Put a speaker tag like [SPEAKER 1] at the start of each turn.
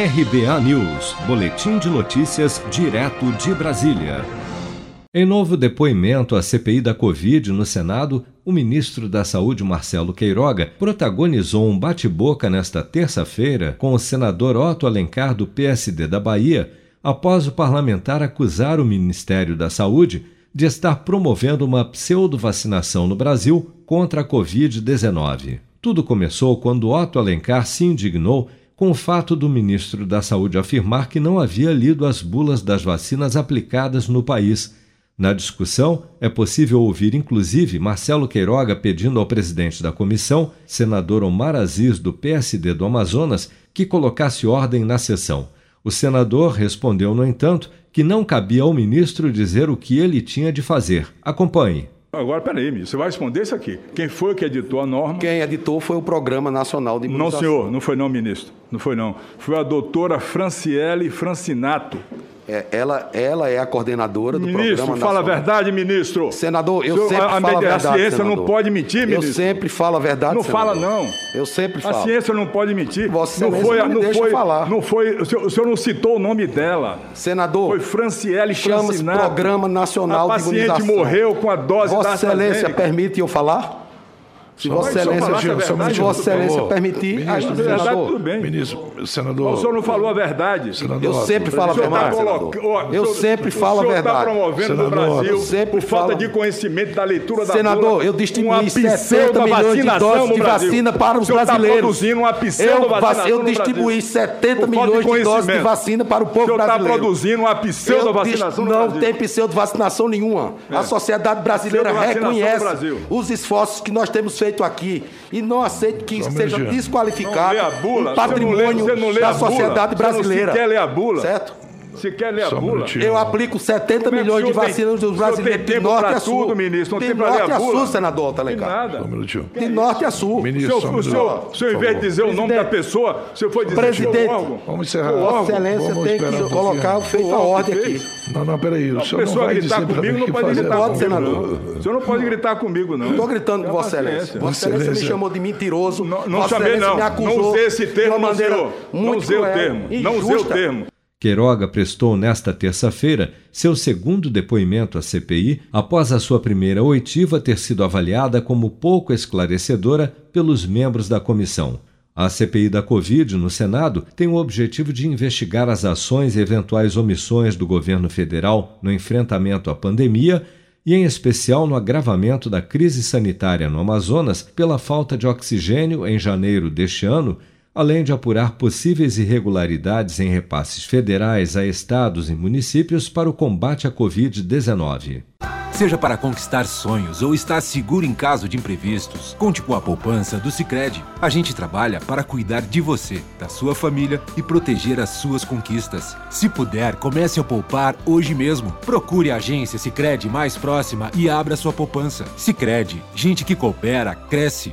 [SPEAKER 1] RBA News, Boletim de Notícias, direto de Brasília. Em novo depoimento à CPI da Covid no Senado, o ministro da Saúde, Marcelo Queiroga, protagonizou um bate-boca nesta terça-feira com o senador Otto Alencar, do PSD da Bahia, após o parlamentar acusar o Ministério da Saúde de estar promovendo uma pseudo-vacinação no Brasil contra a Covid-19. Tudo começou quando Otto Alencar se indignou com o fato do ministro da Saúde afirmar que não havia lido as bulas das vacinas aplicadas no país. Na discussão, é possível ouvir inclusive Marcelo Queiroga pedindo ao presidente da comissão, senador Omar Aziz, do PSD do Amazonas, que colocasse ordem na sessão. O senador respondeu, no entanto, que não cabia ao ministro dizer o que ele tinha de fazer. Acompanhe.
[SPEAKER 2] Agora, peraí, ministro, você vai responder isso aqui. Quem foi que editou a norma?
[SPEAKER 3] Quem editou foi o Programa Nacional de
[SPEAKER 2] Não,
[SPEAKER 3] Imunização.
[SPEAKER 2] senhor, não foi não, ministro. Não foi não. Foi a doutora Franciele Francinato.
[SPEAKER 3] É, ela, ela é a coordenadora do
[SPEAKER 2] Ministro,
[SPEAKER 3] Programa
[SPEAKER 2] fala a
[SPEAKER 3] Nacional.
[SPEAKER 2] verdade, ministro.
[SPEAKER 3] Senador, eu
[SPEAKER 2] Senhor,
[SPEAKER 3] sempre
[SPEAKER 2] a, a
[SPEAKER 3] falo a
[SPEAKER 2] medi- a
[SPEAKER 3] verdade,
[SPEAKER 2] ciência
[SPEAKER 3] senador.
[SPEAKER 2] não pode mentir,
[SPEAKER 3] Eu
[SPEAKER 2] ministro.
[SPEAKER 3] sempre falo a verdade,
[SPEAKER 2] Não
[SPEAKER 3] senador.
[SPEAKER 2] fala, não.
[SPEAKER 3] Eu sempre
[SPEAKER 2] A
[SPEAKER 3] falo.
[SPEAKER 2] ciência não pode mentir.
[SPEAKER 3] Vossa
[SPEAKER 2] não
[SPEAKER 3] Excelência
[SPEAKER 2] foi,
[SPEAKER 3] não me deixa
[SPEAKER 2] foi,
[SPEAKER 3] falar.
[SPEAKER 2] Não foi, o senhor, o senhor não citou o nome dela.
[SPEAKER 3] Senador,
[SPEAKER 2] Foi Franciele
[SPEAKER 3] chama-se
[SPEAKER 2] Francinato.
[SPEAKER 3] Programa Nacional
[SPEAKER 2] a
[SPEAKER 3] de
[SPEAKER 2] paciente
[SPEAKER 3] Imunização.
[SPEAKER 2] morreu com a dose
[SPEAKER 3] Vossa
[SPEAKER 2] da
[SPEAKER 3] Excelência,
[SPEAKER 2] AstraZeneca.
[SPEAKER 3] permite eu falar? Se
[SPEAKER 2] só
[SPEAKER 3] Vossa
[SPEAKER 2] falar
[SPEAKER 3] Excelência,
[SPEAKER 2] a
[SPEAKER 3] se
[SPEAKER 2] verdade,
[SPEAKER 3] Vossa
[SPEAKER 2] tudo bem.
[SPEAKER 3] Excelência
[SPEAKER 4] Ô,
[SPEAKER 3] permitir, aí,
[SPEAKER 2] A verdade, tudo
[SPEAKER 3] senador,
[SPEAKER 2] bem.
[SPEAKER 4] Ministro, senador.
[SPEAKER 2] O senhor não falou a verdade.
[SPEAKER 4] senador
[SPEAKER 3] eu
[SPEAKER 4] Otto,
[SPEAKER 3] sempre falo a
[SPEAKER 2] O senhor
[SPEAKER 3] verdade,
[SPEAKER 2] tá
[SPEAKER 3] senador.
[SPEAKER 2] coloca- ó,
[SPEAKER 3] Eu
[SPEAKER 2] o senhor-
[SPEAKER 3] sempre falo a
[SPEAKER 2] O
[SPEAKER 3] verdade.
[SPEAKER 2] senhor tá está promovendo no
[SPEAKER 4] Senador,
[SPEAKER 2] Brasil
[SPEAKER 4] eu
[SPEAKER 3] sempre
[SPEAKER 2] por falta
[SPEAKER 3] falo-
[SPEAKER 2] de conhecimento da leitura da
[SPEAKER 3] Senador,
[SPEAKER 2] bula,
[SPEAKER 3] eu
[SPEAKER 2] uma
[SPEAKER 3] distribuí 70 milhões de
[SPEAKER 2] pseudo-vacinação
[SPEAKER 3] doses
[SPEAKER 2] no
[SPEAKER 3] de
[SPEAKER 2] Brasil.
[SPEAKER 3] vacina para
[SPEAKER 2] O
[SPEAKER 3] os
[SPEAKER 2] senhor tá
[SPEAKER 3] brasileiros.
[SPEAKER 2] produzindo uma
[SPEAKER 3] eu, vac-
[SPEAKER 2] pseudo-vacinação
[SPEAKER 3] eu
[SPEAKER 2] no
[SPEAKER 3] distribuí
[SPEAKER 2] Brasil.
[SPEAKER 3] 70
[SPEAKER 2] Por falta
[SPEAKER 3] milhões de doses de
[SPEAKER 2] conhecimento.
[SPEAKER 3] vacina para o
[SPEAKER 2] O
[SPEAKER 3] povo
[SPEAKER 2] senhor está
[SPEAKER 3] brasileiro.
[SPEAKER 2] produzindo uma pseudo-vacinação no
[SPEAKER 3] Eu disse, Não
[SPEAKER 2] Brasil. É.
[SPEAKER 3] tem pseudo-vacinação nenhuma. A sociedade brasileira
[SPEAKER 2] Pseudo-vacinação no
[SPEAKER 3] reconhece
[SPEAKER 2] Brasil.
[SPEAKER 3] os esforços que nós temos feito aqui e não aceito que
[SPEAKER 4] um
[SPEAKER 3] seja
[SPEAKER 4] minutinho.
[SPEAKER 2] Não
[SPEAKER 3] desqualificado
[SPEAKER 2] lê a bula,
[SPEAKER 3] o
[SPEAKER 2] você não lê-
[SPEAKER 3] patrimônio
[SPEAKER 2] você não lê
[SPEAKER 3] da
[SPEAKER 2] a bula,
[SPEAKER 3] sociedade
[SPEAKER 2] você não
[SPEAKER 3] brasileira.
[SPEAKER 2] sequer lê a bula.
[SPEAKER 3] Certo?
[SPEAKER 2] Se quer ler a
[SPEAKER 4] Só um
[SPEAKER 2] bula...
[SPEAKER 4] minutinho.
[SPEAKER 3] Eu aplico 70
[SPEAKER 2] Como é que
[SPEAKER 3] milhões
[SPEAKER 2] o senhor
[SPEAKER 3] de
[SPEAKER 2] tem-
[SPEAKER 3] vacinas
[SPEAKER 2] o
[SPEAKER 3] dos
[SPEAKER 2] senhor
[SPEAKER 3] brasileiros
[SPEAKER 2] tem
[SPEAKER 3] de
[SPEAKER 2] tempo
[SPEAKER 3] norte
[SPEAKER 2] pra
[SPEAKER 3] a sul.
[SPEAKER 2] tudo, ministro, não
[SPEAKER 3] de
[SPEAKER 2] tem pra ler
[SPEAKER 3] norte
[SPEAKER 2] a
[SPEAKER 3] a
[SPEAKER 2] bula.
[SPEAKER 3] sul, senador
[SPEAKER 2] Tem
[SPEAKER 3] Talencar.
[SPEAKER 2] nada.
[SPEAKER 4] Só um minutinho.
[SPEAKER 3] De norte a sul.
[SPEAKER 2] O
[SPEAKER 4] Ministro,
[SPEAKER 2] senhor,
[SPEAKER 4] só um
[SPEAKER 2] o
[SPEAKER 4] minutinho.
[SPEAKER 2] senhor, o senhor, em
[SPEAKER 4] Por
[SPEAKER 2] vez de
[SPEAKER 4] favor.
[SPEAKER 2] dizer o nome da
[SPEAKER 3] Presidente.
[SPEAKER 2] pessoa, o senhor foi dizer
[SPEAKER 3] Presidente.
[SPEAKER 2] que o órgão...
[SPEAKER 4] Vamos encerrar.
[SPEAKER 2] o
[SPEAKER 3] Ah, Vossa
[SPEAKER 2] órgão-
[SPEAKER 3] Excelência
[SPEAKER 4] Vamos
[SPEAKER 3] tem
[SPEAKER 4] esperar um
[SPEAKER 3] que
[SPEAKER 4] pouquinho.
[SPEAKER 3] colocar feita a
[SPEAKER 2] órgão
[SPEAKER 3] ordem
[SPEAKER 2] fez.
[SPEAKER 3] aqui.
[SPEAKER 4] Não, não, peraí. O
[SPEAKER 2] A
[SPEAKER 4] senhor não
[SPEAKER 2] pessoa
[SPEAKER 4] vai dizer
[SPEAKER 2] gritar
[SPEAKER 4] pra mim
[SPEAKER 2] tá comigo não
[SPEAKER 4] que
[SPEAKER 2] pode
[SPEAKER 4] fazer
[SPEAKER 2] gritar
[SPEAKER 3] Pode,
[SPEAKER 2] comigo.
[SPEAKER 3] senador.
[SPEAKER 2] não. O senhor não pode gritar comigo, não.
[SPEAKER 3] Não estou gritando com
[SPEAKER 2] Tenha
[SPEAKER 3] Vossa
[SPEAKER 2] paciência.
[SPEAKER 3] Excelência. Vossa Excelência me
[SPEAKER 4] Excelência.
[SPEAKER 3] chamou de mentiroso.
[SPEAKER 2] Não, não
[SPEAKER 3] Vossa
[SPEAKER 2] chamei,
[SPEAKER 3] Excelência
[SPEAKER 2] não.
[SPEAKER 3] me acusou
[SPEAKER 2] Não usei esse termo,
[SPEAKER 3] de uma maneira
[SPEAKER 2] senhor. Não
[SPEAKER 3] muito
[SPEAKER 2] usei o
[SPEAKER 3] cruel,
[SPEAKER 2] termo. Não usei o
[SPEAKER 3] injusta.
[SPEAKER 2] termo.
[SPEAKER 1] Queiroga prestou nesta terça-feira seu segundo depoimento à CPI após a sua primeira oitiva ter sido avaliada como pouco esclarecedora pelos membros da comissão. A CPI da Covid no Senado tem o objetivo de investigar as ações e eventuais omissões do governo federal no enfrentamento à pandemia e, em especial, no agravamento da crise sanitária no Amazonas pela falta de oxigênio em janeiro deste ano além de apurar possíveis irregularidades em repasses federais a estados e municípios para o combate à Covid-19.
[SPEAKER 5] Seja para conquistar sonhos ou estar seguro em caso de imprevistos, conte com a poupança do Sicredi. A gente trabalha para cuidar de você, da sua família e proteger as suas conquistas. Se puder, comece a poupar hoje mesmo. Procure a agência Sicredi mais próxima e abra sua poupança. Sicredi, gente que coopera cresce.